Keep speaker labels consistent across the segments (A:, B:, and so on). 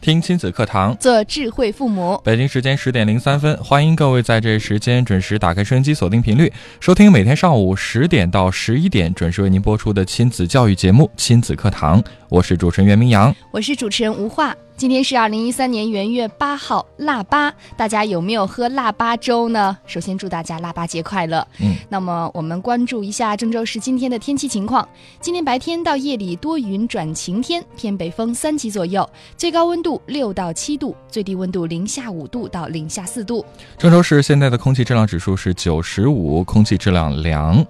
A: 听亲子课堂。
B: 做智慧父母。
A: 北京时间十点零三分，欢迎各位在这时间准时打开收音机，锁定频率，收听每天上午十点到十一点准时为您播出的亲子教育节目《亲子课堂》，我是主持人袁明阳。
B: 我是主持人吴化。今天是二零一三年元月八号，腊八，大家有没有喝腊八粥呢？首先祝大家腊八节快乐。
A: 嗯，
B: 那么我们关注一下郑州市今天的天气情况。今天白天到夜里多云转晴天，偏北风三级左右，最高温度六到七度，最低温度零下五度到零下四度。
A: 郑州市现在的空气质量指数是九十五，空气质量良。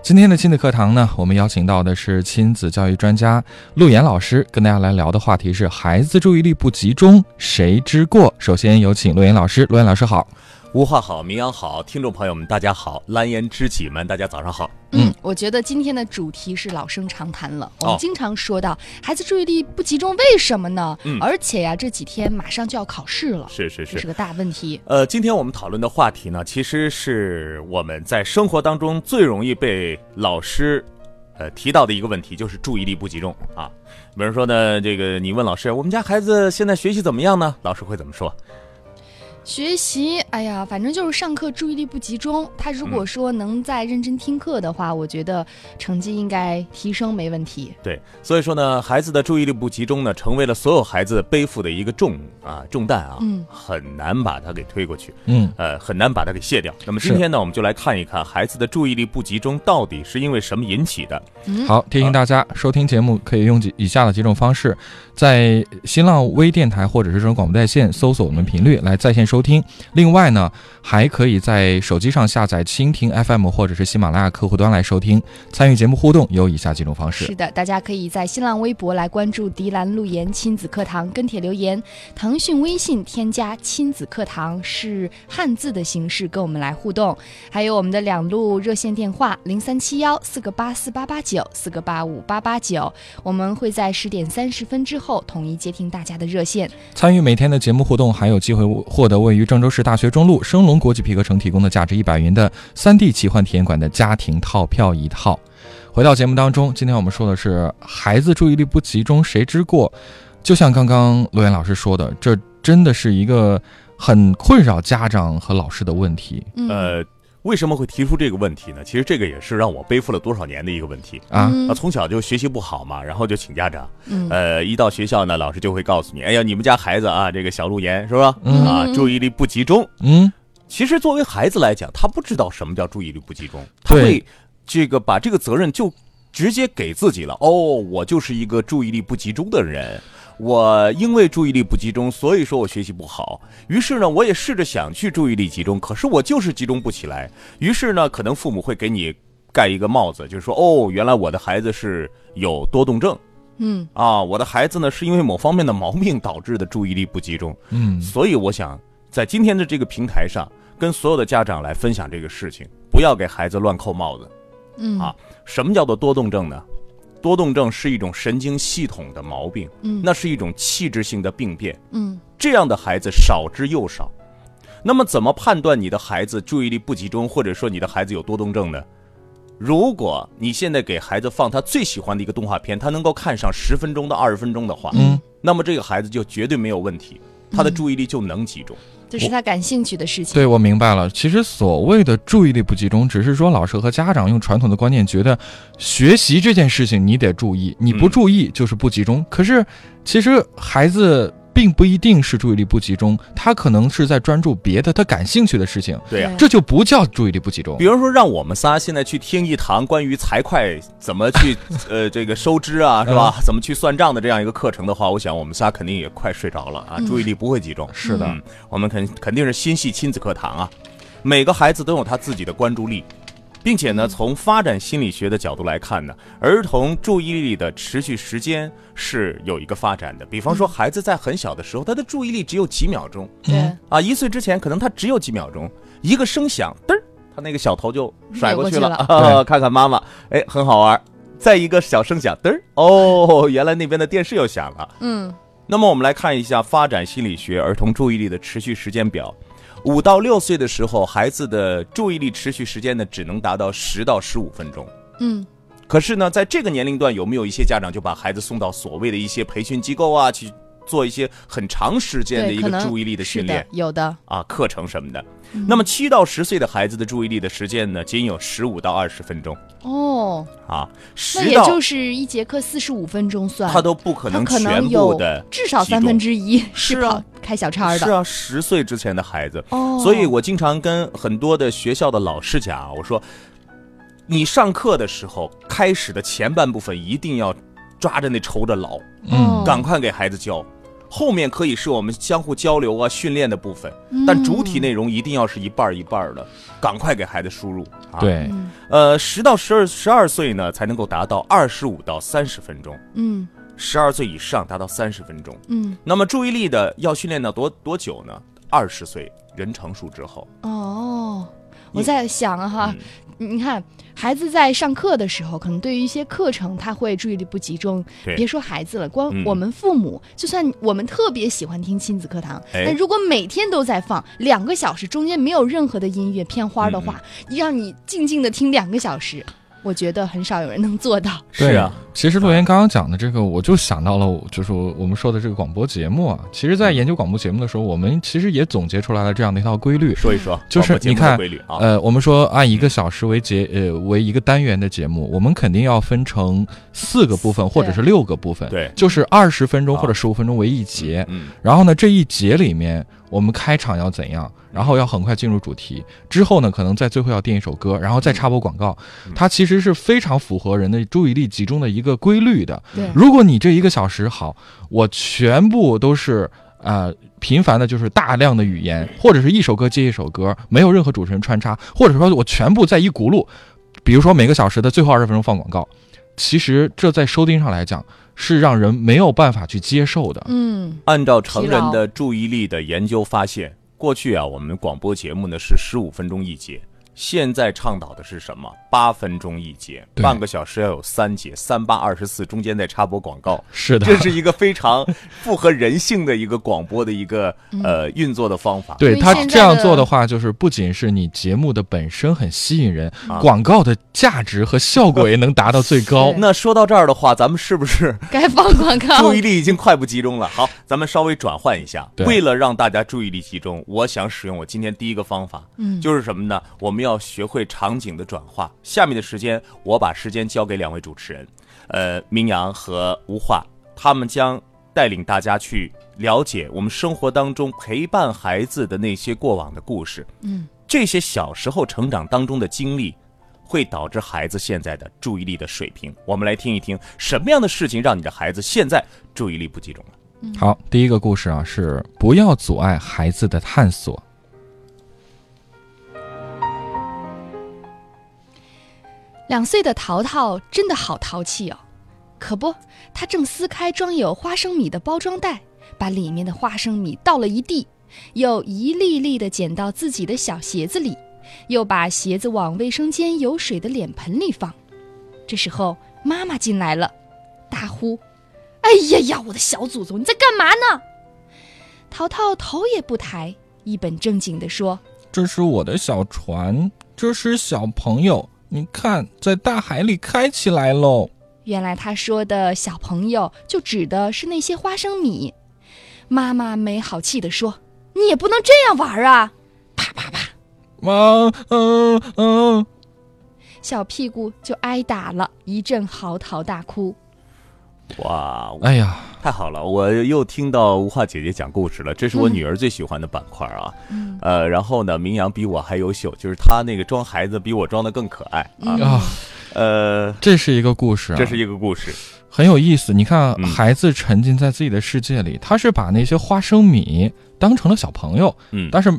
A: 今天的亲子课堂呢，我们邀请到的是亲子教育专家陆岩老师，跟大家来聊的话题是孩子注意力不集中，谁之过？首先有请陆岩老师，陆岩老师好。
C: 吴话好，民谣好，听众朋友们，大家好，蓝颜知己们，大家早上好。
A: 嗯
B: 嗯，我觉得今天的主题是老生常谈了。我
C: 哦
B: 们经常说到孩子注意力不集中，为什么呢？
C: 嗯
B: 而且呀、这几天马上就要考试了，
C: 是是
B: 这是个大问题。
C: 呃，今天我们讨论的话题呢，其实是我们在生活当中最容易被老师，呃提到的一个问题，就是注意力不集中啊。比如说呢，这个你问老师，我们家孩子现在学习怎么样呢？老师会怎么说？
B: 学习，哎呀，反正就是上课注意力不集中。他如
C: 嗯
B: 果说能再认真听课的话，我觉得成绩应该提升没问题。
C: 对，所以说呢，孩子的注意力不集中呢，成为了所有孩子背负的一个重啊重担啊，
B: 嗯
C: 很难把它给推过去，
A: 嗯，
C: 呃，很难把它给卸掉。那么今
A: 是
C: 天呢，我们就来看一看孩子的注意力不集中到底是因为什么引起的。
A: 好，提醒大家，收听节目可以用几以下的几种方式，在新浪微电台或者是这种广播在线搜索我们频率来在线收听。另外呢，还可以在手机上下载蜻蜓 FM 或者是喜马拉雅客户端来收听。参与节目互动有以下几种方式。
B: 是的，大家可以在新浪微博来关注“迪兰路言亲子课堂”，跟帖留言；腾讯微信添加“亲子课堂”是汉字的形式跟我们来互动。还有我们的两路热线电话零三七幺四个八四八八九四个八五八八九，我们会在十点三十分之后统一接听大家的热线。
A: 参与每天的节目互动，还有机会获得位于郑州市大学中路升龙国际皮革城提供的价值一百元的三 D 奇幻体验馆的家庭套票一套。回到节目当中，今天我们说的是孩子注意力不集中，谁之过？就像刚刚罗源老师说的，这真的是一个很困扰家长和老师的问题
B: 嗯，
C: 呃，为什么会提出这个问题呢？其实这个也是让我背负了多少年的一个问题。
A: 啊。
B: 嗯
C: 啊，从小就学习不好嘛，然后就请家长。
B: 嗯
C: 呃，一到学校呢，老师就会告诉你，哎呀，你们家孩子啊，这个小陆岩是吧？
A: 嗯
C: 啊，
B: 嗯
C: 注意力不集中。
A: 嗯，
C: 其实作为孩子来讲，他不知道什么叫注意力不集中，他
A: 对
C: 会这个把这个责任就直接给自己了。哦，我就是一个注意力不集中的人。我因为注意力不集中，所以说我学习不好。于是呢，我也试着想去注意力集中，可是我就是集中不起来。于是呢，可能父母会给你盖一个帽子，就是说，哦，原来我的孩子是有多动症
B: 嗯
C: 啊，我的孩子呢是因为某方面的毛病导致的注意力不集中。
A: 嗯，
C: 所以我想在今天的这个平台上，跟所有的家长来分享这个事情，不要给孩子乱扣帽子。
B: 嗯
C: 啊什么叫做多动症呢？多动症是一种神经系统的毛病，
B: 嗯
C: 那是一种器质性的病变，
B: 嗯
C: 这样的孩子少之又少。那么，怎么判断你的孩子注意力不集中，或者说你的孩子有多动症呢？如果你现在给孩子放他最喜欢的一个动画片，他能够看上十分钟到二十分钟的话，
A: 嗯，
C: 那么这个孩子就绝对没有问题，他的注意力就能集中。
B: 这是他感兴趣的事情。
A: 对，我明白了。其实所谓的注意力不集中，只是说老师和家长用传统的观念觉得学习这件事情你得注意，你不
C: 嗯
A: 注意就是不集中。可是其实孩子并不一定是注意力不集中，他可能是在专注别的他感兴趣的事情，
C: 对呀、
B: 对
A: 这就不叫注意力不集中
C: 比。如说，让我们仨现在去听一堂关于财会怎么去 呃这个收支啊，是
A: 嗯
C: 吧？怎么去算账的这样一个课程的话，我想我们仨肯定也快睡着了啊，
B: 嗯
C: 注意力不会集中。
A: 是的
C: 嗯我们肯肯定是心系亲子课堂啊，每个孩子都有他自己的关注力。并且
A: 嗯
C: 呢，从发展心理学的角度来看呢，儿童注意力的持续时间是有一个发展的。比方说，
A: 嗯
C: 孩子在很小的时候，他的注意力只有几秒钟
B: 对，嗯
C: 啊，一岁之前可能他只有几秒钟，一个声响，嘚儿，他那个小头就甩过去了，
B: 扭过
C: 啊、看看妈妈，哎，很好玩儿。再一个小声响，嘚儿，哦，原来那边的电视又响了。
B: 嗯，
C: 那么我们来看一下发展心理学儿童注意力的持续时间表。五到六岁的时候，孩子的注意力持续时间呢，只能达到十到十五分钟。
B: 嗯，
C: 可是呢，在这个年龄段，有没有一些家长就把孩子送到所谓的一些培训机构啊，去做一些很长时间的
B: 对，
C: 一个
B: 可能
C: 注意力的训
B: 是
C: 练
B: 的，有的，
C: 啊、课程什么的？
B: 嗯
C: 那么七到十岁的孩子的注意力的时间呢，仅有十五到二十分钟
B: 哦，
C: 啊，
B: 那
C: 十
B: 也
C: 到
B: 就是一节课四十五分钟算，
C: 他都不可
B: 他
C: 能
B: 可
C: 全
B: 能
C: 部
B: 有
C: 的
B: 至少
C: 集
B: 三分
C: 中
B: 之一
C: 是啊
B: 跑开小差儿的，
C: 是啊，十岁之前的孩子，
B: 哦，
C: 所以我经常跟很多的学校的老师讲啊，我说，你上课的时候开始的前半部分一定要抓着那仇着老，
A: 嗯
B: 哦
C: 赶快给孩子教。后面可以是我们相互交流啊、训练的部分，但主体内容一定要是一半儿一半儿的，赶快给孩子输入。啊、，
A: 对，
B: 嗯
C: 呃，十到十二十二岁呢，才能够达到二十五到三十分钟；
B: 嗯
C: 十二岁以上达到三十分钟。
B: 嗯，
C: 那么注意力的要训练到多多久呢？二十岁人成熟之后。
B: 哦。
C: 你嗯
B: 我在想啊哈，你你看，孩子在上课的时候，可能对于一些课程，他会注意力不集中。
C: 对
B: 别说孩子了，光
C: 嗯
B: 我们父母，就算我们特别喜欢听亲子课堂，
C: 哎
B: 但如果每天都在放两个小时，中间没有任何的音乐片花的话，
C: 嗯
B: 让你静静的听两个小时，我觉得很少有人能做到。
C: 是啊，
A: 其实陆岩刚刚讲的这个，我就想到了，就是我们说的这个广播节目啊。其实，在研究广播节目的时候，我们其实也总结出来了这样的一套规律。
C: 说一说，
A: 就是
C: 广播节目
A: 你看
C: 的规律啊，嗯
A: 呃，我们说按一个小时为节，呃，为一个单元的节目，我们肯定要分成四个部分或者是六个部分，
C: 对
A: 就是二十分钟或者
C: 啊
A: 十五分钟为一节。
C: 嗯，
A: 然后呢，这一节里面我们开场要怎
C: 嗯
A: 样，然后要很快进入主题，之后呢，可能在最后要定一首歌，然后再插播广告，
C: 嗯
A: 它其实是非常符合人的注意力集中的一个规律的。
B: 对，
A: 如果你这一个小时好，我全部都是呃频繁的，就是大量的语言，或者是一首歌接一首歌，没有任何主持人穿插，或者说我全部在一轱辘，比如说每个小时的最后二十分钟放广告，其实这在收听上来讲是让人没有办法去接受的。
B: 嗯，
C: 按照成人的注意力的研究发现，过去啊，我们广播节目呢是十五分钟一节，现在倡导的是什么？八分钟一节，
A: 对
C: 半个小时要有三节，三八二十四，中间再插播广 告。
A: 是的，
C: 这是一个非常符合人性的一个广播的一个呃运作的方法。
A: 对
B: 因为
A: 他
B: 现在
A: 这样
B: 的
A: 做的话，就是不仅是你节目的本身很吸引人，
C: 啊
A: 广告的价值和效果也能达到最高。
C: 那说到这儿的话，咱们是不是
B: 该放广告
C: 注意。力已经快不集中了。好，咱们稍微转换一下。
A: 对
C: 为了让大家注意力集中，我想使用我今天第一个方法，
B: 嗯
C: 就是什么呢？我们要学会场景的转化。下面的时间，我把时间交给两位主持人，呃，明阳和吴化，他们将带领大家去了解我们生活当中陪伴孩子的那些过往的故事。
B: 嗯，
C: 这些小时候成长当中的经历。会导致孩子现在的注意力的水平。我们来听一听，什么样的事情让你的孩子现在注意力不集中了？
A: 好，第一个故事啊是不要阻碍孩子的探索。
B: 两岁的淘淘真的好淘气哦，可不，他正撕开装有花生米的包装袋，把里面的花生米倒了一地，又一粒粒的捡到自己的小鞋子里，又把鞋子往卫生间有水的脸盆里放。这时候，妈妈进来了，大呼：“哎呀呀，我的小祖宗，你在干嘛呢？”淘淘头也不抬，一本正经地说
A: 这是我的小船，这是小朋友，你看，在大海里开起来喽。
B: 原来他说的小朋友就指的是那些花生米。妈妈没好气地说：“你也不能这样玩啊！”啪啪啪，
A: 啊，嗯嗯，
B: 小屁股就挨打了，一阵嚎啕大哭。
C: 哇，
A: 哎呀，
C: 太好了！我又听到吴化姐姐讲故事了，这是我女儿最喜欢的板块啊。
B: 嗯
C: 呃，然后呢，明阳比我还优秀，就是她那个装孩子比我装的更可爱啊。
B: 嗯
A: 啊，
C: 呃，
A: 这是一个故事、啊，
C: 这是一个故事，
A: 很有意思。你看，啊
C: 嗯
A: 孩子沉浸在自己的世界里，他是把那些花生米当成了小朋友，
C: 嗯，
A: 但是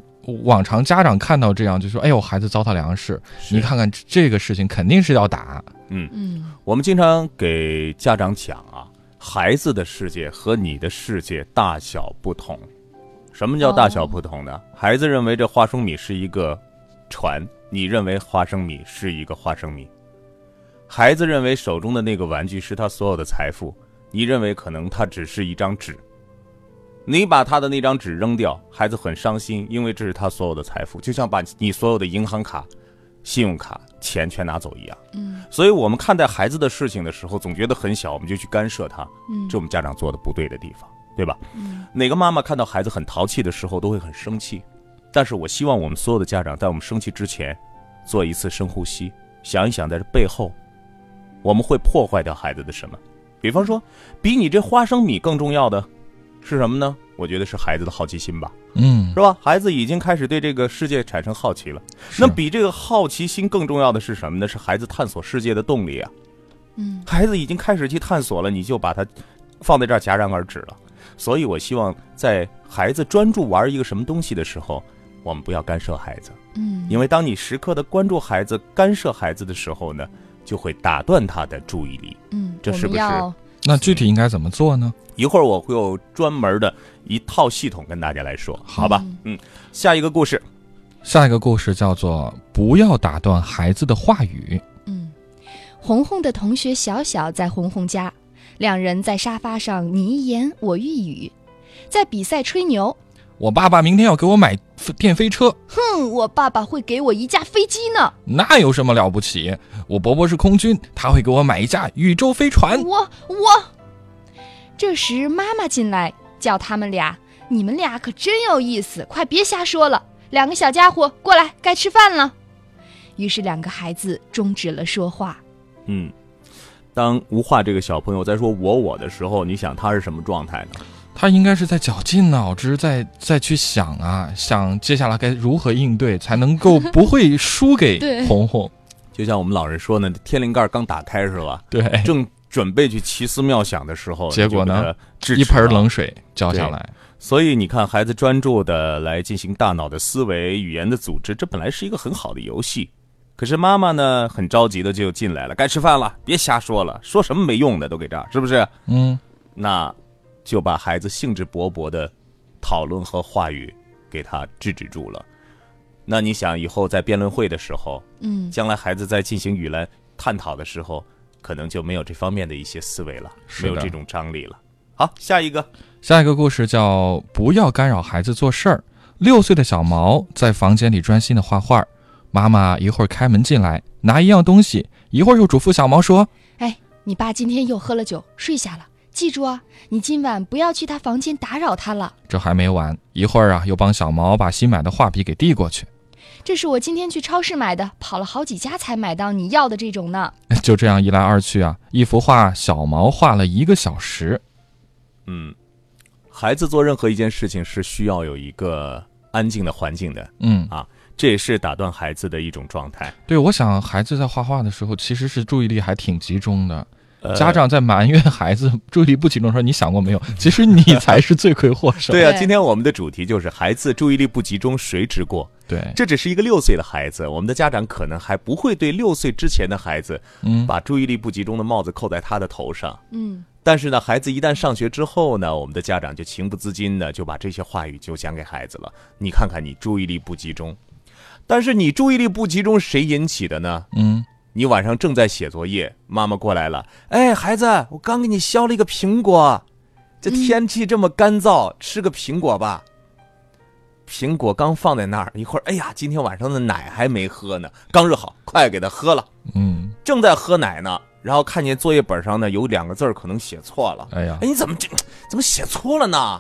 A: 往常家长看到这样就说：“哎呦，孩子糟蹋粮食，你看看这个事情肯定是要打。
B: 嗯，
C: 我们经常给家长讲啊，孩子的世界和你的世界大小不同。什么叫大小不同呢？孩子认为这花生米是一个船，你认为花生米是一个花生米。孩子认为手中的那个玩具是他所有的财富，你认为可能它只是一张纸。你把他的那张纸扔掉，孩子很伤心，因为这是他所有的财富，就像把你所有的银行卡、信用卡钱全拿走一样。所以我们看待孩子的事情的时候，总觉得很小，我们就去干涉他，
B: 嗯
C: 这我们家长做的不对的地方，对吧？哪个妈妈看到孩子很淘气的时候，都会很生气。但是我希望我们所有的家长，在我们生气之前，做一次深呼吸，想一想在这背后，我们会破坏掉孩子的什么？比方说，比你这花生米更重要的是什么呢？我觉得是孩子的好奇心吧，”
A: 嗯，
C: 是吧？孩子已经开始对这个世界产生好奇了。那
A: 是
C: 比这个好奇心更重要的是什么呢？是孩子探索世界的动力啊！
B: 嗯，
C: 孩子已经开始去探索了，你就把它放在这儿戛然而止了。所以我希望在孩子专注玩一个什么东西的时候，我们不要干涉孩子，
B: 嗯，
C: 因为当你时刻的关注孩子、干涉孩子的时候呢，就会打断他的注意力。
B: 嗯，
C: 这
B: 我
C: 是
B: 们
C: 不是
B: 要
A: 那具体应该怎么做呢？
C: 一会儿我会有专门的一套系统跟大家来说，好吧？嗯，下一个故事，
A: 下一个故事叫做“不要打断孩子的话语
B: 嗯，红红的同学小小在红红家，两人在沙发上你一言我一语，在比赛吹牛。”。
A: 我爸爸明天要给我买电飞车，
B: 哼，我爸爸会给我一架飞机呢。
A: 那有什么了不起？我伯伯是空军，他会给我买一架宇宙飞船。
B: 我我。这时妈妈进来，叫他们俩：“你们俩可真有意思，快别瞎说了，两个小家伙过来，该吃饭了。”于是两个孩子终止了说话。
C: 嗯。当吴化这个小朋友在说“我我”的时候，你想他是什么状态呢？
A: 他应该是在绞尽脑汁，在再去想啊，想接下来该如何应对，才能够不会输给
B: 对
A: 红红。
C: 就像我们老人说呢，天灵盖刚打开是吧？
A: 对，
C: 正准备去奇思妙想的时候，
A: 哎结果呢
C: 你就给它制止
A: 一盆
C: 了。
A: 冷水浇下来。
C: 所以你看，孩子专注的来进行大脑的思维、语言的组织，这本来是一个很好的游戏。可是妈妈呢，很着急的就进来了，该吃饭了，别瞎说了，说什么没用的都给这儿，是不是？
A: 嗯，
C: 那就把孩子兴致勃勃的讨论和话语给他制止住了。那你想，以后在辩论会的时候，
B: 嗯
C: 将来孩子在进行语言探讨的时候，可能就没有这方面的一些思维了，
A: 是
C: 没
A: 的
C: 有这种张力了。好，下一个，
A: 下一个故事叫“不要干扰孩子做事儿”。六岁的小毛在房间里专心的画画，妈妈一会儿开门进来拿一样东西，一会儿又嘱咐小毛说
B: 哎，你爸今天又喝了酒，睡下了。记住啊，你今晚不要去他房间打扰他了。：“
A: 这还没完。”一会儿啊，又帮小毛把新买的画笔给递过去。
B: 这是我今天去超市买的，跑了好几家才买到你要的这种呢。
A: 就这样一来二去啊，一幅画小毛画了一个小时。
C: 嗯，孩子做任何一件事情是需要有一个安静的环境的，
A: 嗯，
C: 这也是打断孩子的一种状态。
A: 对，我想孩子在画画的时候其实是注意力还挺集中的。
C: 呃
A: 家长在埋怨孩子注意力不集中的时候，你想过没有？ 其实你才是罪魁祸首。
C: 对啊，
B: 对
C: 今天我们的主题就是孩子注意力不集中，谁之过？
A: 对，
C: 这只是一个六岁的孩子，我们的家长可能还不会对六岁之前的孩子
A: 嗯，
C: 把注意力不集中的帽子扣在他的头上。
B: 嗯
C: 但是呢，孩子一旦上学之后呢，我们的家长就情不自禁的就把这些话语就讲给孩子了。你看看，你注意力不集中，但是你注意力不集中，谁引起的呢？
A: 嗯，
C: 你晚上正在写作业，妈妈过来了，哎，孩子，我刚给你削了一个苹果，这天气这么干燥，吃个苹果吧。苹果刚放在那儿，一会儿，哎呀，今天晚上的奶还没喝呢，刚热好，快给它喝了。
A: 嗯，
C: 正在喝奶呢，然后看见作业本上呢有两个字儿可能写错了，
A: 哎呀
C: 哎，，你怎么这怎么写错了呢？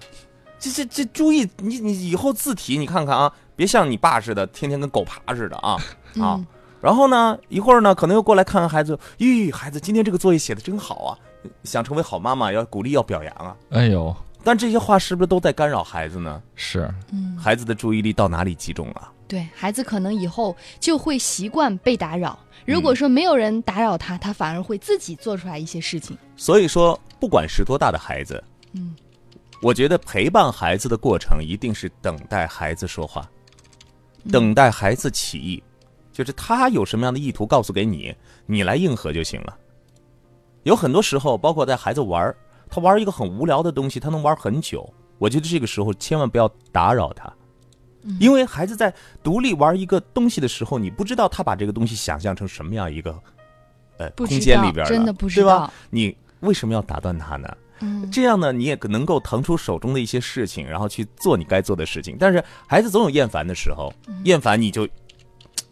C: 这这这，注意你你以后字体你看看啊，别像你爸似的，天天跟狗爬似的啊啊。
B: 嗯
C: 然后呢，一会儿呢，可能又过来看看孩子，咦，孩子今天这个作业写的真好啊，想成为好妈妈要鼓励要表扬啊。
A: 哎呦，
C: 但这些话是不是都在干扰孩子呢？
A: 是，
B: 嗯，
C: 孩子的注意力到哪里集中啊了？
B: 对孩子可能以后就会习惯被打扰。如
C: 嗯
B: 果说没有人打扰他，他反而会自己做出来一些事情。
C: 所以说，不管是多大的孩子，
B: 嗯，
C: 我觉得陪伴孩子的过程一定是等待孩子说话。等待孩子起义，就是他有什么样的意图告诉给你，你来应和就行了。有很多时候，包括带孩子玩儿，他玩一个很无聊的东西，他能玩很久。我觉得这个时候千万不要打扰他，
B: 嗯
C: 因为孩子在独立玩一个东西的时候，你不知道他把这个东西想象成什么样一个呃
B: 不
C: 空
B: 知道
C: 间里边了
B: 真的不知
C: 对吧
B: 道？
C: 你为什么要打断他呢？
B: 嗯，
C: 这样呢，你也可能够腾出手中的一些事情，然后去做你该做的事情。但是孩子总有厌烦的时候，厌烦你就嘖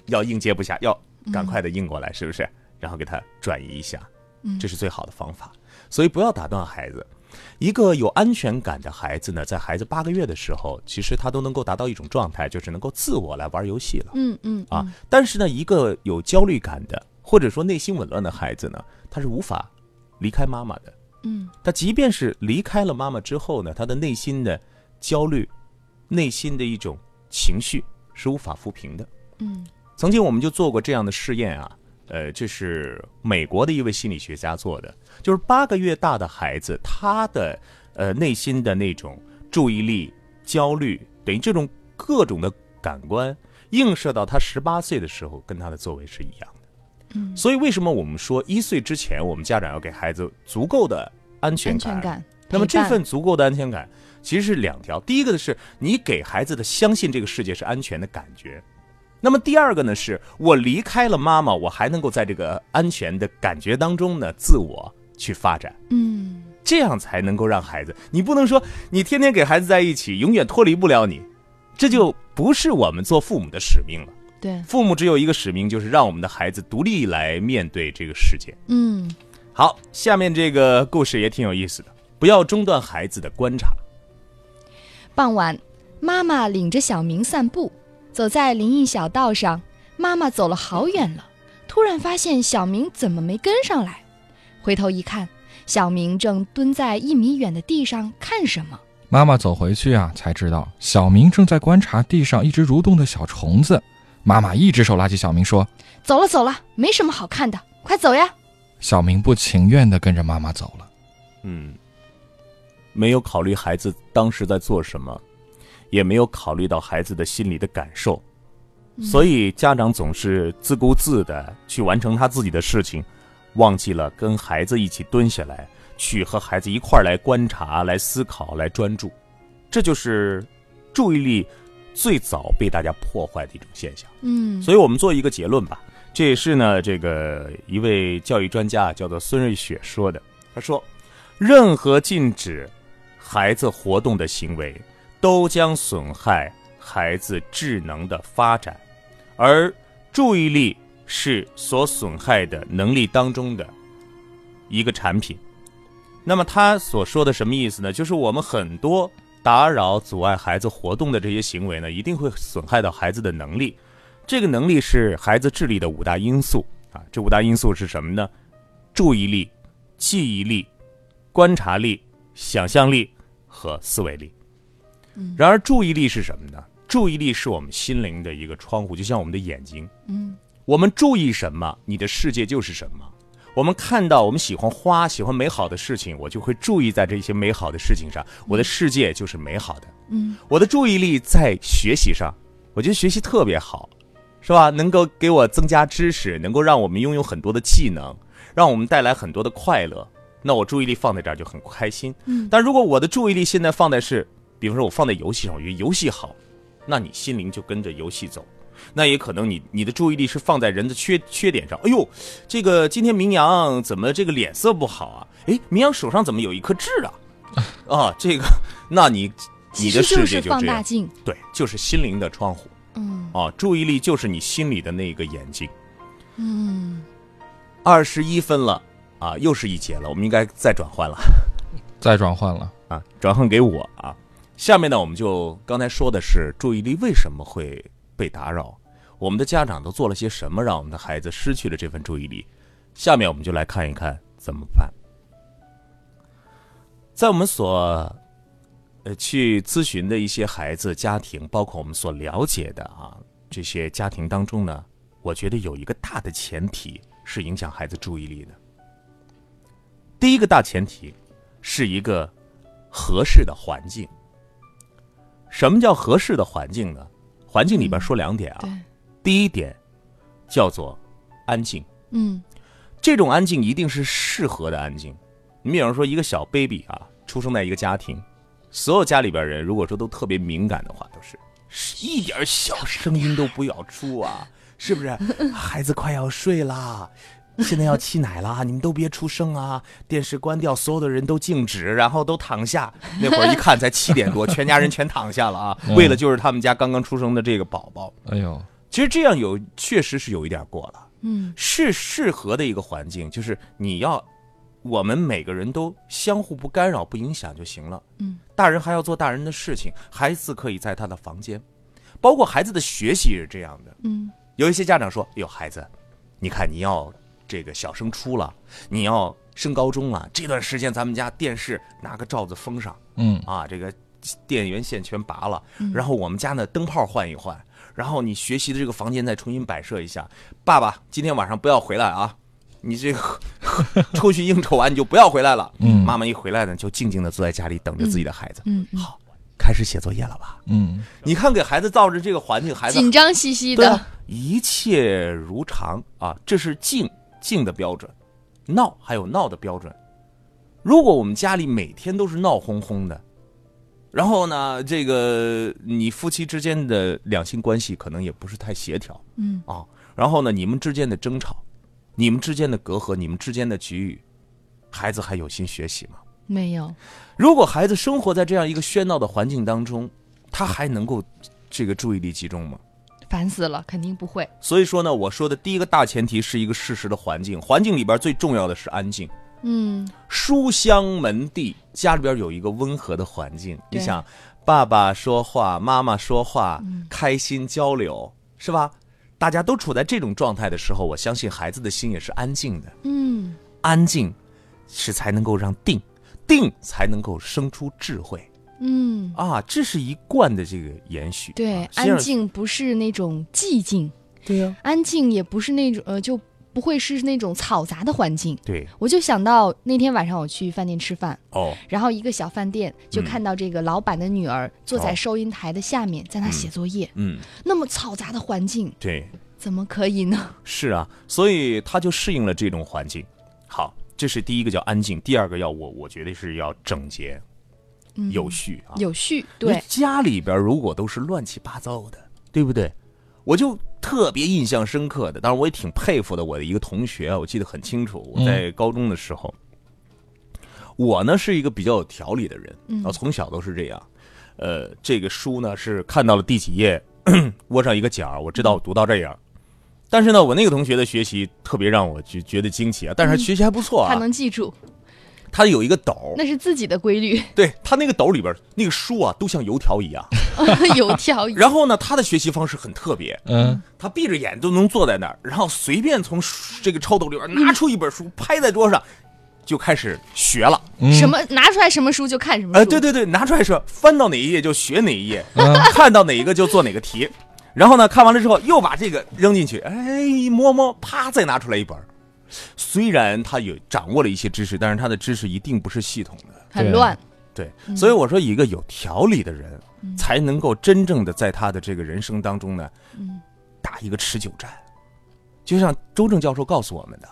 C: 要应接不暇，要赶快的应过来，是不是？然后给他转移一下，这是最好的方法。所以不要打断孩子。一个有安全感的孩子呢，在孩子八个月的时候，其实他都能够达到一种状态，就是能够自我来玩游戏了。
B: 嗯嗯
C: 啊。但是呢，一个有焦虑感的，或者说内心紊乱的孩子呢，他是无法离开妈妈的。
B: 嗯，
C: 他即便是离开了妈妈之后呢，他的内心的焦虑，内心的一种情绪是无法抚平的。
B: 嗯，
C: 曾经我们就做过这样的试验啊，呃，这是美国的一位心理学家做的，就是八个月大的孩子，他的呃内心的那种注意力、焦虑，等于这种各种的感官映射到他十八岁的时候，跟他的作为是一样的。嗯，所以为什么我们说一岁之前，我们家长要给孩子足够的安全
B: 安
C: 感？
B: 全感。
C: 那么
B: 陪
C: 这
B: 伴
C: 份足够的安全感其实是两条，第一个的是你给孩子的相信这个世界是安全的感觉，那么第二个呢是我离开了妈妈，我还能够在这个安全的感觉当中呢自我去发展，
B: 嗯
C: 这样才能够让孩子，你不能说你天天给孩子在一起，永远脱离不了你，这就不是我们做父母的使命了。
B: 对，
C: 父母只有一个使命，就是让我们的孩子独立来面对这个世界。
B: 嗯
C: 好，下面这个故事也挺有意思的，不要中断孩子的观察。
B: 傍晚，妈妈领着小明散步，走在林荫小道上，妈妈走了好远了，突然发现小明怎么没跟上来，回头一看，小明正蹲在一米远的地上看什么。
A: 妈妈走回去啊，才知道小明正在观察地上一只蠕动的小虫子。妈妈一只手拉起小明说
B: 走了走了，没什么好看的，快走呀！：“
A: 小明不情愿地跟着妈妈走了。
C: 嗯，没有考虑孩子当时在做什么，也没有考虑到孩子的心理的感受，所以家长总是自顾自的去完成他自己的事情，忘记了跟孩子一起蹲下来，去和孩子一块儿来观察、来思考、来专注，这就是注意力最早被大家破坏的一种现象。
B: 嗯
C: 所以我们做一个结论吧，这也是呢，这个一位教育专家叫做孙瑞雪说的。他说，任何禁止孩子活动的行为，都将损害孩子智能的发展，而注意力是所损害的能力当中的一个产品。那么他所说的什么意思呢？就是我们很多打扰、阻碍孩子活动的这些行为呢，一定会损害到孩子的能力。这个能力是孩子智力的五大因素啊。这五大因素是什么呢？注意力、记忆力、观察力、想象力和思维力。然而，注意力是什么呢？注意力是我们心灵的一个窗户，就像我们的眼睛。嗯，我们注意什么，你的世界就是什么。我们看到我们喜欢花、喜欢美好的事情，我就会注意在这些美好的事情上，我的世界就是美好的。嗯，我的注意力在学习上，我觉得学习特别好，是吧？能够给我增加知识，能够让我们拥有很多的技能，让我们带来很多的快乐。那我注意力放在这儿就很开心。嗯，但如果我的注意力现在放在是，比方说我放在游戏上，我觉得游戏好，那你心灵就跟着游戏走。那也可能你你的注意力是放在人的缺缺点上。哎呦，这个今天明阳怎么这个脸色不好啊？哎，明阳手上怎么有一颗痣 啊？啊，这个，那你你的
B: 其实
C: 世
B: 就
C: 界
B: 是
C: 就
B: 放
C: 这
B: 大
C: 样。
B: 镜。
C: 对，就是心灵的窗户。
B: 嗯
C: 啊，注意力就是你心里的那个眼睛。
B: 嗯，
C: 二十一分了啊，又是一节了，我们应该再转换了
A: 再转换了，
C: 啊，转换给我啊。下面呢，我们就刚才说的是注意力为什么会被打扰，我们的家长都做了些什么，让我们的孩子失去了这份注意力。下面我们就来看一看怎么办。在我们所呃去咨询的一些孩子家庭，包括我们所了解的啊这些家庭当中呢，我觉得有一个大的前提是影响孩子注意力的。第一个大前提是一个合适的环境。什么叫合适的环境呢？环境里边说两点啊，
B: 对，
C: 第一点叫做安静，
B: 嗯
C: 这种安静一定是适合的安静。你比方说一个小 baby 啊，出生在一个家庭，所有家里边人如果说都特别敏感的话，都是是一点小声音都不要出啊，是不是？孩子快要睡啦。现在要吃奶啦， 你们都别出声啊！电视关掉，所有的人都静止，然后都躺下。那会儿一看才七点多，全家人全躺下了啊！为了就是他们家刚刚出生的这个宝宝，
A: 哎呦，
C: 其实这样有确实是有一点过了。
B: 嗯
C: 是适合的一个环境，就是你要，我们每个人都相互不干扰、不影响就行了。
B: 嗯，
C: 大人还要做大人的事情，孩子可以在他的房间，包括孩子的学习也是这样的。
B: 嗯
C: 有一些家长说：“哎呦，孩子，你看你要这个小升初了，你要升高中了，这段时间咱们家电视拿个罩子封上
A: 嗯，
C: 啊，这个电源线全拔了，
B: 嗯
C: 然后我们家呢灯泡换一换，然后你学习的这个房间再重新摆设一下。爸爸，今天晚上不要回来啊！你这个 出去应酬完你就不要回来了。
A: 嗯
C: 妈妈一回来呢，就静静的坐在家里等着自己的孩子。
B: 嗯，嗯
C: 好，开始写作业了吧？
A: 嗯，
C: 你看给孩子造成这个环境，孩子
B: 紧张兮兮
C: 对
B: 的
C: 啊，一切如常啊，这是静静的标准，闹还有闹的标准。如果我们家里每天都是闹哄哄的，然后呢，这个你夫妻之间的两性关系可能也不是太协调
B: 嗯
C: 啊，然后呢，你们之间的争吵，你们之间的隔阂，你们之间的局域，孩子还有心学习吗？
B: 没有，
C: 如果孩子生活在这样一个喧闹的环境当中，他还能够这个注意力集中吗？
B: 烦死了，肯定不会。
C: 所以说呢，我说的第一个大前提是一个适时的环境，环境里边最重要的是安静。
B: 嗯
C: 书香门第，家里边有一个温和的环境。
B: 对
C: 你想，爸爸说话，妈妈说话，开心交流，是吧？大家都处在这种状态的时候，我相信孩子的心也是安静的。
B: 嗯，
C: 安静，是才能够让定，定才能够生出智慧
B: 嗯，
C: 啊！这是一贯的这个延续。
B: 对，
C: 啊
B: 安。静不是那种寂静，
C: 对
D: 哦
C: 呀、
B: 安静也不是那种呃，就不会是那种嘈杂的环境。
C: 对
B: 我就想到那天晚上我去饭店吃饭，
C: 哦，
B: 然后一个小饭店就
C: 嗯
B: 看到这个老板的女儿坐在
C: 哦
B: 收银台的下面，在那写作业。
C: 嗯，
B: 那么嘈杂的环境，
C: 对。
B: 怎么可以呢？
C: 是啊，所以他就适应了这种环境。好，这是第一个叫安静，第二个要我我觉得是要整洁、
B: 嗯，
C: 有序啊。
B: 有序，
C: 你
B: 对，
C: 家里边如果都是乱七八糟的，对不对？我就特别印象深刻的，当然我也挺佩服的。我的一个同学啊，我记得很清楚，我在高中的时候，我呢是一个比较有条理的人，
B: 嗯
C: 啊，从小都是这样。呃，这个书呢是看到了第几页， 窝上一个角儿，我知道我读到这样。但是呢，我那个同学的学习特别让我觉觉得惊奇啊，但是他学习还不错啊
B: 嗯他。能记住，
C: 他有一个斗儿，
B: 那是自己的规律，
C: 对他那个斗儿里边儿那个书啊，都像油条一样。
B: 有条有
C: 然后呢，他的学习方式很特别，
A: 嗯，
C: 他闭着眼都能坐在那儿，然后随便从书这个抽屉里边拿出一本书，拍在桌上，就开始学了。
A: 嗯
B: 什？么拿出来什么书就看什么书，
C: 哎，对对 对，拿出来说，翻到哪一页就学哪一页，
A: 嗯
C: 看到哪一个就做哪个题。然后呢，看完了之后又把这个扔进去，哎，一摸摸，啪，再拿出来一本儿。虽然他有掌握了一些知识，但是他的知识一定不是系统的。
B: 很
A: 对
B: 乱，
C: 对，
B: 嗯
C: 所以我说，一个有条理的人，才能够真正的在他的这个人生当中呢，
B: 嗯
C: 打一个持久战。就像周正教授告诉我们的，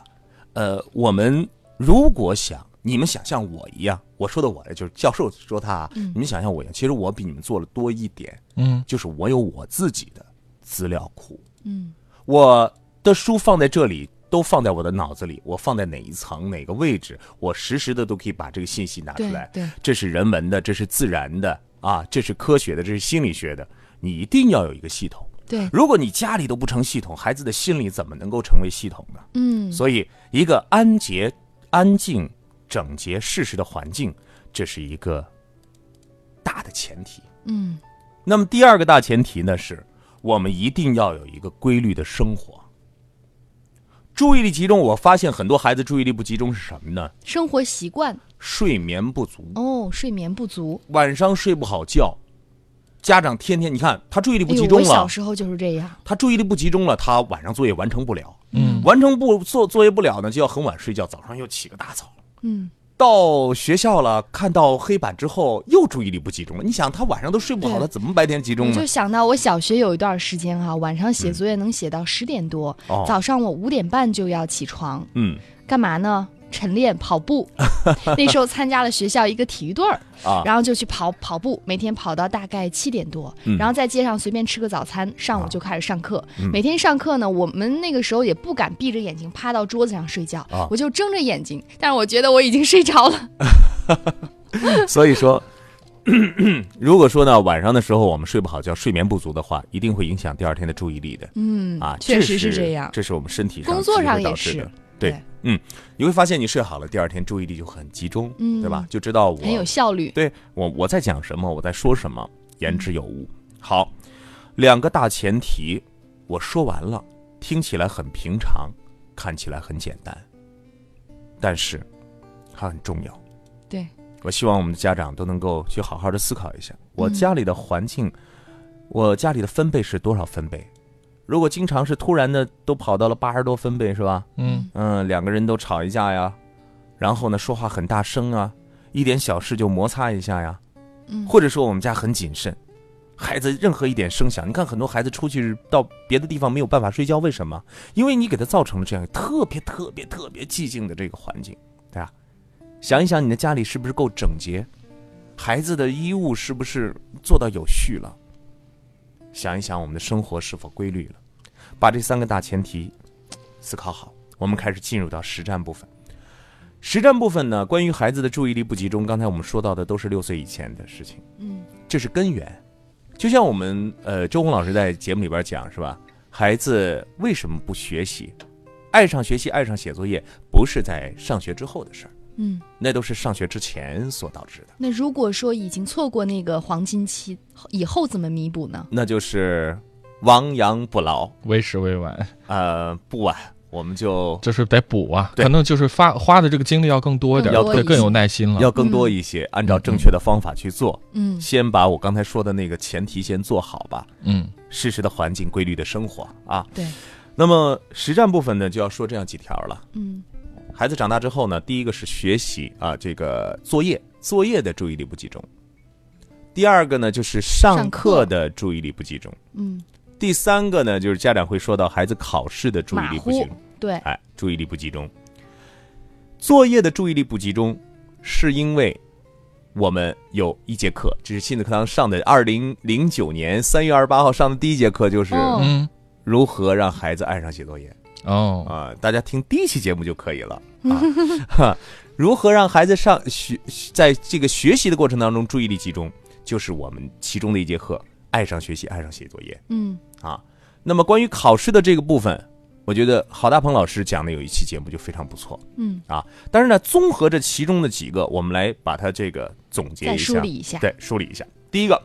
C: 呃，我们如果想你们想像我一样，我说的我就是教授说他啊，
B: 嗯
C: 你们想像我一样，其实我比你们做了多一点，
A: 嗯
C: 就是我有我自己的资料库，
B: 嗯
C: 我的书放在这里。都放在我的脑子里，我放在哪一层哪个位置，我实时的都可以把这个信息拿出
B: 对
C: 来。
B: 对，
C: 这是人文的，这是自然的啊，这是科学的，这是心理学的，你一定要有一个系统。
B: 对，
C: 如果你家里都不成系统，孩子的心理怎么能够成为系统呢？
B: 嗯，
C: 所以，一个安洁、安静、整洁、适时的环境，这是一个大的前提。
B: 嗯
C: 那么，第二个大前提呢，是我们一定要有一个规律的生活。注意力集中，我发现很多孩子注意力不集中是什么呢？
B: 生活习惯
C: 睡眠不足。
B: 哦，睡眠不足。
C: 晚上睡不好觉，家长天天你看他注意力不
B: 哎呦
C: 集中
B: 我小
C: 了，
B: 时候就是这样，
C: 他注意力不集中了，他晚上作业完成不了，
A: 嗯
C: 完成不作作业不了呢，就要很晚睡觉，早上又起个大早，
B: 嗯
C: 到学校了，看到黑板之后又注意力不集中了。你想，他晚上都睡不好，
B: 对
C: 他怎么白天集中
B: 我
C: 呢
B: 就？想到我小学有一段时间哈、晚上写作业能写到十点多，
C: 哦
B: 早上我五点半就要起床，
C: 嗯
B: 干嘛呢？晨练 跑步，那时候参加了学校一个体育队儿，
C: 啊，
B: 然后就去跑跑步，每天跑到大概七点多，
C: 嗯
B: 然后在街上随便吃个早餐，上午
C: 啊
B: 就开始上课。
C: 嗯
B: 每天上课呢，我们那个时候也不敢闭着眼睛趴到桌子上睡觉，
C: 啊
B: 我就睁着眼睛，但是我觉得我已经睡着了。
C: 所以说， 如果说呢晚上的时候我们睡不好觉、睡眠不足的话，一定会影响第二天的注意力的。
B: 嗯，
C: 啊，
B: 确实
C: 是
B: 是这样。
C: 这是我们身体上
B: 工作上
C: 直接会
B: 也
C: 导致
B: 是
C: 的。对
B: 对
C: 嗯，你会发现你睡好了，第二天注意力就很集中，
B: 嗯
C: 对吧？就知道我
B: 很有效率，
C: 对我我在讲什么，我在说什
B: 嗯
C: 么，言之有物。好，两个大前提，我说完了，听起来很平常，看起来很简单，但是它很重要。
B: 对，
C: 我希望我们的家长都能够去好好的思考一下，我
B: 嗯
C: 家里的环境，我家里的分贝是多少分贝？如果经常是突然的都跑到了八十多分贝，是吧？
A: 嗯，
C: 嗯，两个人都吵一架呀，然后呢说话很大声啊，一点小事就摩擦一下呀，
B: 嗯，
C: 或者说我们家很谨慎，孩子任何一点声响，你看很多孩子出去到别的地方没有办法睡觉，为什么？因为你给他造成了这样特别特别特别寂静的这个环境，对吧？想一想你的家里是不是够整洁，孩子的衣物是不是做到有序了？想一想我们的生活是否规律了？把这三个大前提思考好，我们开始进入到实战部分。实战部分呢，关于孩子的注意力不集中，刚才我们说到的都是六岁以前的事情。
B: 嗯，
C: 这是根源。就像我们呃，周红老师在节目里边讲是吧？孩子为什么不学习？爱上学习，爱上写作业，不是在上学之后的事儿，
B: 嗯。
C: 那都是上学之前所导致的。
B: 那如果说已经错过那个黄金期，以后怎么弥补呢？
C: 那就是亡羊补牢，
A: 为时未晚，
C: 呃，不晚，我们就
A: 就是得补啊，
C: 对
A: 可能就是发花的这个精力要更多一点，
C: 要
A: 对，
B: 更
A: 更有耐心了。
C: 要更多一些，按照正确的方法去做。
B: 嗯
C: 先把我刚才说的那个前提先做好吧，
A: 嗯，
C: 适时的环境，规律的生活啊。
B: 对。
C: 那么实战部分呢，就要说这样几条了。
B: 嗯
C: 孩子长大之后呢，第一个是学习啊，这个作业作业的注意力不集中；第二个呢就是上
B: 上
C: 课
B: 课
C: 的注意力不集中；
B: 嗯，
C: 第三个呢就是家长会说到孩子考试的注意力不集
B: 马
C: 中，
B: 对，
C: 哎，注意力不集中。作业的注意力不集中，是因为我们有一节课，这是亲子课堂上的二零零九年三月二十八号上的第一节课，就是
B: 哦
A: 嗯
C: 如何让孩子爱上写作业。
A: 哦，
C: 啊、大家听第一期节目就可以了啊。
B: 嗯
C: 哈， 如何让孩子上学，在这个学习的过程当中注意力集中，就是我们其中的一节课——爱上学习，爱上写作业
B: 嗯
C: 啊。那么关于考试的这个部分，我觉得郝大鹏老师讲的有一期节目就非常不错。
B: 嗯，
C: 但是呢，综合这其中的几个，我们来把它这个总结
B: 再
C: 一
B: 梳
C: 下
B: 理，一下。
C: 对，梳理一下。第一个，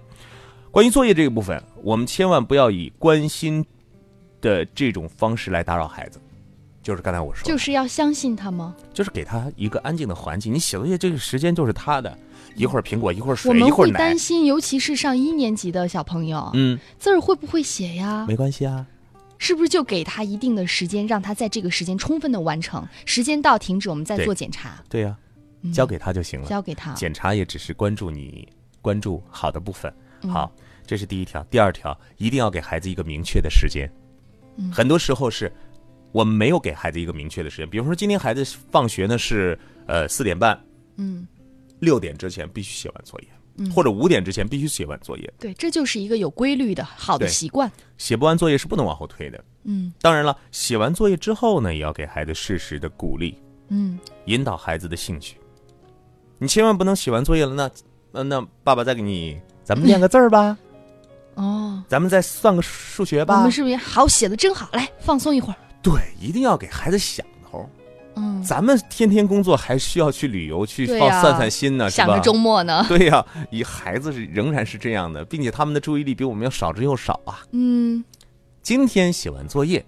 C: 关于作业这个部分，我们千万不要以关心的这种方式来打扰孩子，就是刚才我说的，
B: 就是要相信他吗？
C: 就是给他一个安静的环境。你写作业这个时间就是他的，一会儿苹果，一会儿
B: 嗯我
C: 水，一
B: 们
C: 会儿
B: 会
C: 奶
B: 担。心，尤其是上一年级的小朋友，
C: 嗯，
B: 字儿会不会写呀？
C: 没关系啊。
B: 是不是就给他一定的时间，让他在这个时间充分的完成？时间到停止，我们再
C: 对
B: 做检查，
C: 对呀、
B: 嗯
C: 交给他就行了。
B: 交给他。
C: 检查也只是关注你关注好的部分。
B: 嗯
C: 好，这是第一条。第二条，一定要给孩子一个明确的时间。
B: 嗯
C: 很多时候是我们没有给孩子一个明确的时间，比如说今天孩子放学呢是呃四点半，
B: 嗯，
C: 六点之前必须写完作业，
B: 嗯
C: 或者五点之前必须写完作业，
B: 对，这就是一个有规律的好的
C: 对
B: 习惯。
C: 写不完作业是不能往后推的。
B: 嗯
C: 当然了，写完作业之后呢，也要给孩子适时的鼓励，
B: 嗯，
C: 引导孩子的兴趣。你千万不能写完作业了，那呃那爸爸再给你，咱们练个字儿 吧，
B: 哦，
C: 咱们再算个数学
B: 我
C: 吧
B: 们。是不是也好写的真好？来放松一会儿。
C: 对，一定要给孩子想头。
B: 嗯，
C: 咱们天天工作，还需要去旅游，去
B: 对
C: 放
B: 呀
C: 散散心呢，是
B: 想着
C: 吧？
B: 周末呢。
C: 对呀、以孩子是仍然是这样的，并且他们的注意力比我们要少之又少啊。
B: 嗯
C: 今天写完作业，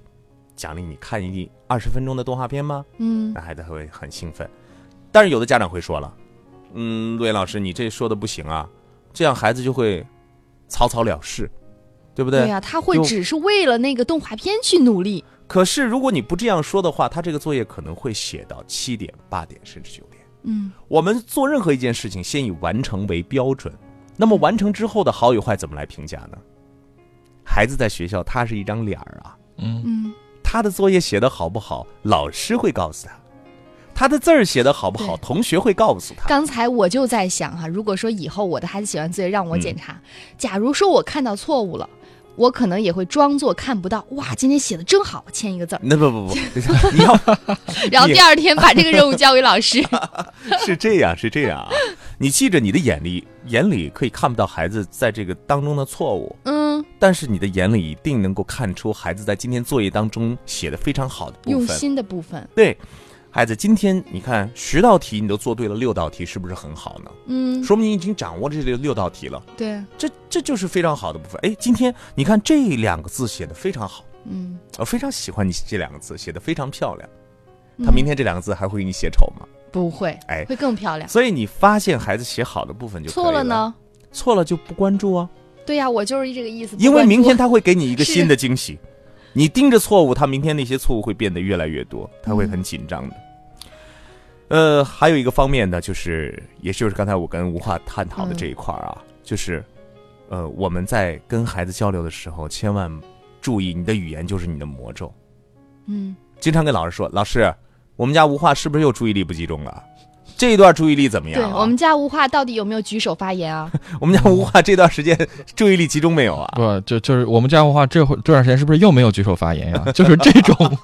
C: 奖励你看一二十分钟的动画片吗？
B: 嗯
C: 那孩子会很兴奋。但是有的家长会说了，嗯，陆岩老师，你这说的不行啊，这样孩子就会草草了事，对不对？
B: 对呀、他会
C: 就
B: 只是为了那个动画片去努力。
C: 可是如果你不这样说的话，他这个作业可能会写到七点、八点甚至九点。
B: 嗯
C: 我们做任何一件事情，先以完成为标准。那么完成之后的好与坏怎么来评价呢？孩子在学校，他是一张脸儿啊，
A: 嗯
B: 嗯，
C: 他的作业写的好不好，老师会告诉他；他的字儿写的好不好，
B: 对
C: 同学会告诉他。
B: 刚才我就在想哈、如果说以后我的孩子写完作业
C: 嗯
B: 让我检查，假如说我看到错误了，我可能也会装作看不到。哇，今天写的真好，签一个 字儿，
C: 那不 不不，你要
B: 然后第二天 把这个任务交给老师。
C: 是这样，是这样啊！你记着，你的眼里眼里可以看不到孩子在这个当中的错误，
B: 嗯，
C: 但是你的眼里一定能够看出孩子在今天作业当中写的非常好的部
B: 用
C: 分。
B: 心的部分，
C: 对，孩子，今天你看十道题你都做对了六道题，是不是很好呢？
B: 嗯，
C: 说明你已经掌握这六道题了，
B: 对，
C: 这这就是非常好的部分。哎，今天你看这两个字写的非常好，
B: 嗯，
C: 我非常喜欢你这两个字，写的非常漂亮。
B: 嗯
C: 他明天这两个字还会给你写丑吗？
B: 不会，
C: 哎
B: 会更漂亮。
C: 所以你发现孩子写好的部分就可以
B: 错了呢？
C: 错了就不关注啊，
B: 对呀、我就是这个意思。
C: 因
B: 不
C: 为
B: 关
C: 明
B: 注
C: 天他会给你一个
B: 是
C: 新的惊喜。你盯着错误，他明天那些错误会变得越来越多，他会很紧张的。呃，还有一个方面呢，就是也就是刚才我跟吴化探讨的这一块儿啊，就是呃，我们在跟孩子交流的时候，千万注意你的语言就是你的魔咒。
B: 嗯，
C: 经常跟老师说，老师，我们家吴化是不是又注意力不集中了？这一段注意力怎么样、
B: 对
C: 啊？
B: 我们家吴化到底有没有举手发 言啊？
C: 我们家吴化这段时间注意力集中没有啊？
A: 不，就就是我们家的话，这会这段时间是不是又没有举手发言呀、 就是这种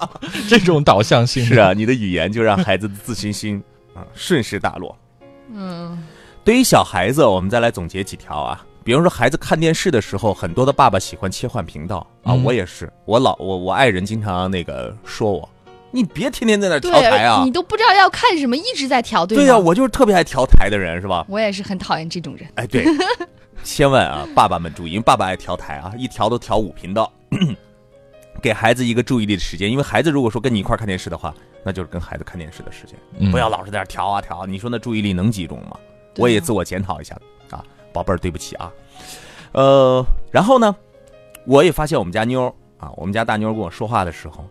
A: 这种导向性。
C: 是啊，你的语言就让孩子的自信心 啊顺势大落。
B: 嗯
C: 对于小孩子，我们再来总结几条啊，比如说孩子看电视的时候，很多的爸爸喜欢切换频道啊，
A: 嗯
C: 我也是，我老我我爱人经常那个说我，你别天天在那儿
B: 对
C: 调台，啊
B: 你，啊都不知道要看什么，一直在调，
C: 对
B: 吗？
C: 呀、我就是特别爱调台的人，是吧？
B: 我也是很讨厌这种人。
C: 哎，对， 千万啊，爸爸们注意，因为爸爸爱调台啊，一调都调五频道， 给孩子一个注意力的时间，因为孩子如果说跟你一块儿看电视的话，那就是跟孩子看电视的时间。
A: 嗯
C: 不要老是在那儿调啊调啊，你说那注意力能集中吗？
B: 对啊
C: 我也自我检讨一下啊，宝贝儿，对不起啊。呃，然后呢，我也发现我们家妞儿啊，我们家大妞儿跟我说话的时候，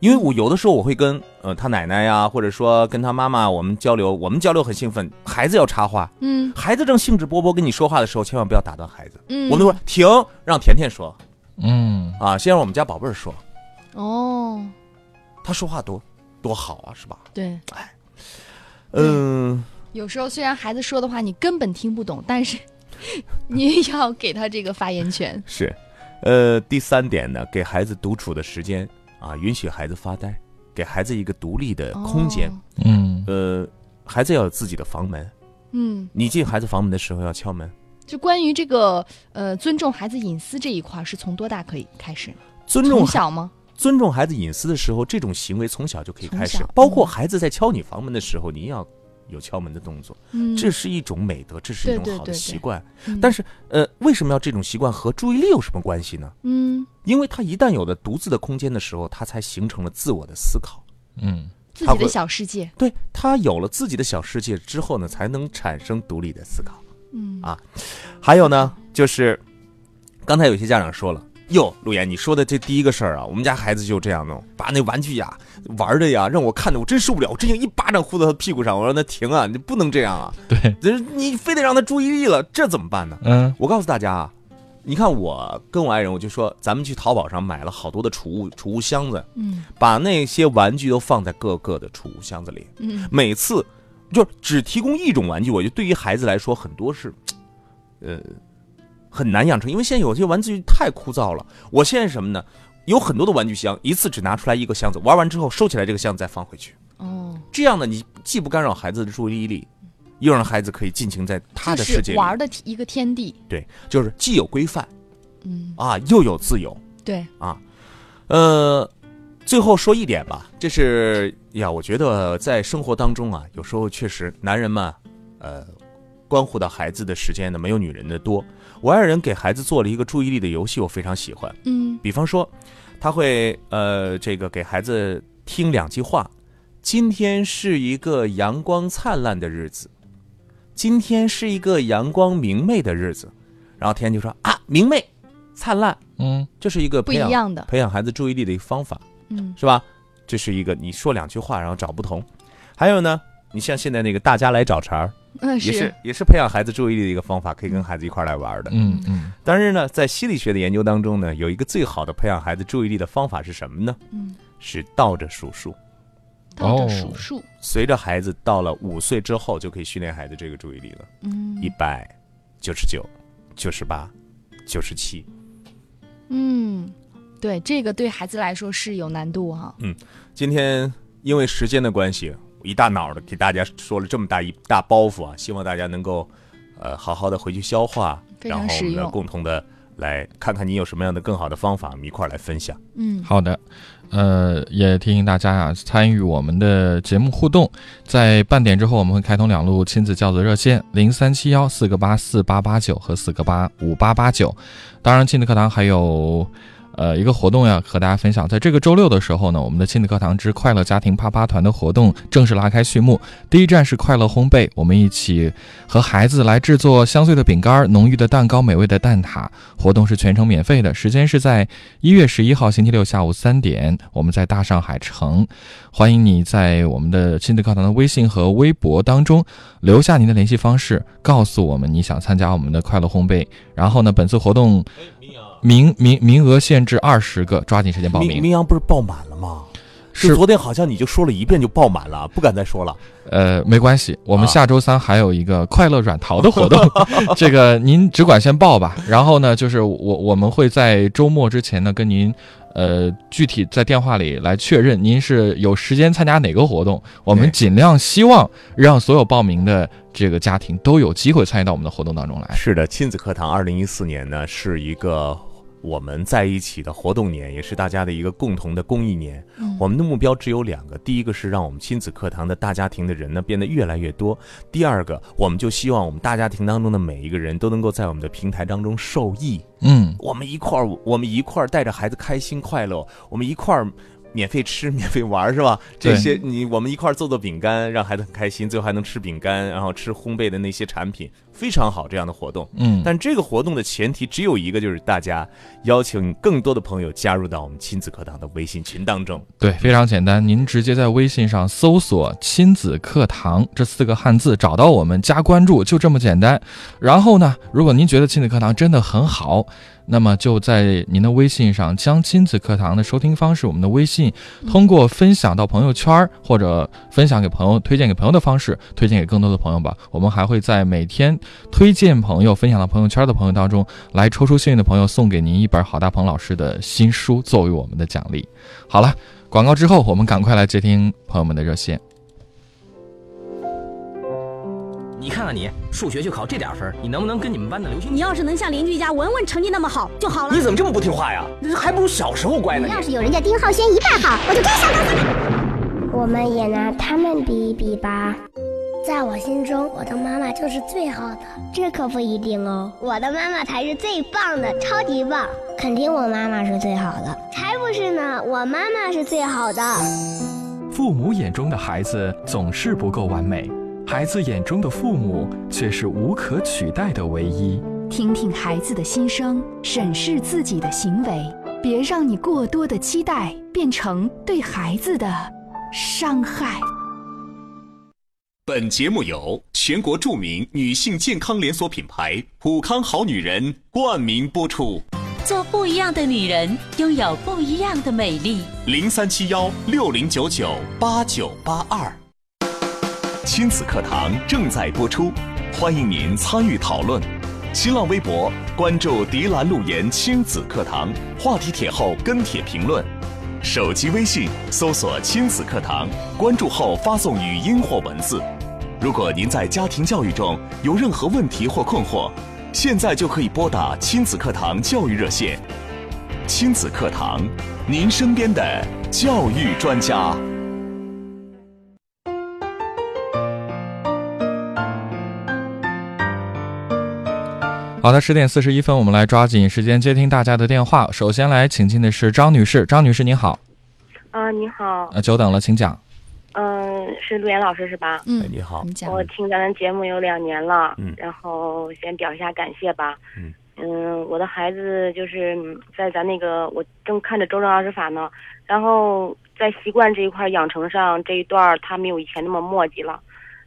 C: 因为我有的时候我会跟呃她奶奶呀、或者说跟她妈妈我们交流，我们交流很兴奋，孩子要插话，
B: 嗯
C: 孩子正兴致勃勃跟你说话的时候，千万不要打断孩子。
B: 嗯，
C: 我们说停，让甜甜说
A: 嗯，
C: 啊，先让我们家宝贝儿说，
B: 哦，
C: 她说话多多好啊，是吧？
B: 对，
C: 嗯。
B: 有时候虽然孩子说的话你根本听不懂，但是 你也要给他这个发言权。
C: 是，呃，第三点呢，给孩子独处的时间啊，允许孩子发呆，给孩子一个独立的 空间。
B: 哦
A: 嗯，
C: 呃，孩子要有自己的房门，
B: 嗯，
C: 你进孩子房门的时候要敲门。
B: 就关于这个呃尊重孩子隐私这一块儿，是从多大可以开始？
C: 尊重
B: 从
C: 孩
B: 小吗？
C: 尊重孩子隐私的时候，这种行为从小就可以开始
B: 从小，
C: 包括
B: 嗯
C: 孩子在敲你房门的时候，你也要有敲门的动作。
B: 嗯，
C: 这是一种美德，这是一
B: 对对
C: 种好的
B: 对对
C: 习惯。
B: 嗯
C: 但是，呃，为什么要这种习惯和注意力有什么关系呢？
B: 嗯，
C: 因为他一旦有了独自的空间的时候，他才形成了自我的思考。
A: 嗯，
B: 自
C: 他
B: 己的
C: 会
B: 小世界，
C: 对他有了自己的小世界之后呢，才能产生独立的思考。
B: 嗯
C: 啊还有呢，就是刚才有些家长说了，哟，陆岩，你说的这第一个事儿啊，我们家孩子就这样弄，把那玩具呀、玩的呀，让我看的我真受不了，我真想一巴掌呼到他屁股上，我让他停啊，你不能这样啊，
A: 对，
C: 这你非得让他注意力了，这怎么办呢？
A: 嗯
C: 我告诉大家啊，你看我跟我爱人，我就说咱们去淘宝上买了好多的储物储物箱子，
B: 嗯
C: 把那些玩具都放在各个的储物箱子里。
B: 嗯
C: 每次就是只提供一种玩具，我觉得对于孩子来说很多是，呃，很难养成，因为现在有些玩具太枯燥了。我现在是什么呢？有很多的玩具箱，一次只拿出来一个箱子，玩完之后收起来这个箱子再放回去。
B: 哦，
C: 这样呢，你既不干扰孩子的注意力，又让孩子可以尽情在他的
B: 这
C: 世
B: 是
C: 界里，
B: 玩儿的一个天地。
C: 对，就是既有规范
B: 嗯，
C: 啊，又有自由。
B: 对，
C: 呃，最后说一点吧，这是呀，我觉得在生活当中啊，有时候确实男人嘛，呃，关乎到孩子的时间呢，没有女人的多。我爱人给孩子做了一个注意力的游戏，我非常喜欢。
B: 嗯
C: 比方说，他会呃，这个给孩子听两句话。今天是一个阳光灿烂的日子，今天是一个阳光明媚的日子。然后天天就说啊，明媚、灿烂，
A: 嗯
C: 这是一个
B: 不
C: 培
B: 一
C: 养
B: 样的。
C: 培养孩子注意力的一个方法，
B: 嗯
C: 是吧？这是一个你说两句话，然后找不同。还有呢，你像现在那个大家来找茬儿，
B: 嗯，
C: 也是也是培养孩子注意力的一个方法，可以跟孩子一块儿来玩儿的。
A: 嗯嗯，
C: 但是呢，在心理学的研究当中呢，有一个最好的培养孩子注意力的方法是什么呢？
B: 嗯，
C: 是倒着数数。
B: 倒着
A: 哦
B: 数数，
C: 随着孩子到了五岁之后，就可以训练孩子这个注意力了。
B: 嗯
C: 一百九十九、九十八、九十七。
B: 嗯，对，这个对孩子来说是有难度哈、
C: 今天因为时间的关系，我一大脑的给大家说了这么大一大包袱啊，希望大家能够呃好好的回去消化，
B: 非
C: 然
B: 常
C: 后我
B: 实
C: 们呢
B: 用
C: 共同的来看看你有什么样的更好的方法，我们一块儿来分享。
B: 嗯，
A: 好的。呃，也提醒大家啊，参与我们的节目互动，在半点之后我们会开通两路亲子教子热线零三七幺四个八四八八九和四个八五八八九。当然，亲子课堂还有呃一个活动要和大家分享，在这个周六的时候呢，我们的亲子课堂之快乐家庭啪啪团的活动正式拉开序幕。第一站是快乐烘焙，我们一起和孩子来制作香脆的饼干、浓郁的蛋糕、美味的蛋挞。活动是全程免费的，时间是在一月十一号星期六下午三点，我们在大上海城，欢迎你在我们的亲子课堂的微信和微博当中留下您的联系方式，告诉我们你想参加我们的快乐烘焙。然后呢，本次活动名名名额限制二十个，抓紧时间报名。
C: 阳不是爆满了吗？
A: 是
C: 昨天好像你就说了一遍就爆满了，不敢再说了。
A: 呃，没关系，我们
C: 啊
A: 下周三还有一个快乐软陶的 活动，这个您只管先报吧。然后呢，就是我我们会在周末之前呢跟您。呃，具体在电话里来确认您是有时间参加哪个活动，我们
C: 对
A: 尽量希望让所有报名的这个家庭都有机会参与到我们的活动当中来。
C: 是的，亲子课堂二零一四年呢是一个我们在一起的活动年，也是大家的一个共同的公益年。
B: 嗯
C: 我们的目标只有两个，第一个是让我们亲子课堂的大家庭的人呢变得越来越多，第二个我们就希望我们大家庭当中的每一个人都能够在我们的平台当中受益。
A: 嗯，
C: 我们一块儿，我们一块儿带着孩子开心快乐，我们一块儿免费吃、免费玩儿，是吧？
A: 对
C: 这些你我们一块儿做做饼干，让孩子很开心，最后还能吃饼干，然后吃烘焙的那些产品，非常好这样的活动。
A: 嗯
C: 但这个活动的前提只有一个，就是大家邀请更多的朋友加入到我们亲子课堂的微信群当中。
A: 对，非常简单，您直接在微信上搜索“亲子课堂”这四个汉字，找到我们加关注，就这么简单。然后呢，如果您觉得亲子课堂真的很好，那么就在您的微信上将亲子课堂的收听方式，我们的微信通过分享到朋友圈儿或者分享给朋友、推荐给朋友的方式，推荐给更多的朋友吧。我们还会在每天推荐朋友、分享到朋友圈的朋友当中，来抽出幸运的朋友，送给您一本郝大鹏老师的新书作为我们的奖励。好了，广告之后，我们赶快来接听朋友们的热线。
E: 你看看你，数学就考这点分儿，你能不能跟你们班的刘星
F: 你？要是能像邻居家文文成绩那么好就好了
E: 你。怎么这么不听话呀？还不如小时候乖呢
G: 要是有人家丁浩轩一半好，我就真想告诉他。我们也拿他们比一比吧。在我心中，我的妈妈就是最好的，这可不一定哦。我的妈妈才是最棒的，超级棒！肯定我妈妈是最好的，才不是呢！我妈妈是最好的。
H: 父母眼中的孩子总是不够完美，孩子眼中的父母却是无可取代的唯一。
D: 听听孩子的心声，审视自己的行为，别让你过多的期待变成对孩子的伤害。
I: 本节目由全国著名女性健康连锁品牌普康好女人冠名播出，
J: 做不一样的女人，拥有不一样的美丽。
I: 零三七幺六零九九八九八二。亲子课堂正在播出，欢迎您参与讨论。新浪微博关注“迪兰路言亲子课堂”，话题帖后跟帖评论；手机微信搜索“亲子课堂”，关注后发送语音或文字。如果您在家庭教育中有任何问题或困惑，现在就可以拨打亲子课堂教育热线。亲子课堂，您身边的教育专家。
A: 好的，十点四十一分，我们来抓紧时间接听大家的电话。首先来请进的是张女士，张女士您好，
K: 啊，你好，
A: 呃，久等了，请讲。
K: 嗯，是陆岩老师是吧？
C: 哎，
B: 嗯，
C: 你好，
B: 你讲
K: 我听咱的节目有两年了，
C: 嗯
K: 然后先表一下感谢吧。
C: 嗯
K: 嗯我的孩子就是嗯在咱那个，我正看着《周正二十法》呢，然后在习惯这一块养成上这一段儿，他没有以前那么墨迹了。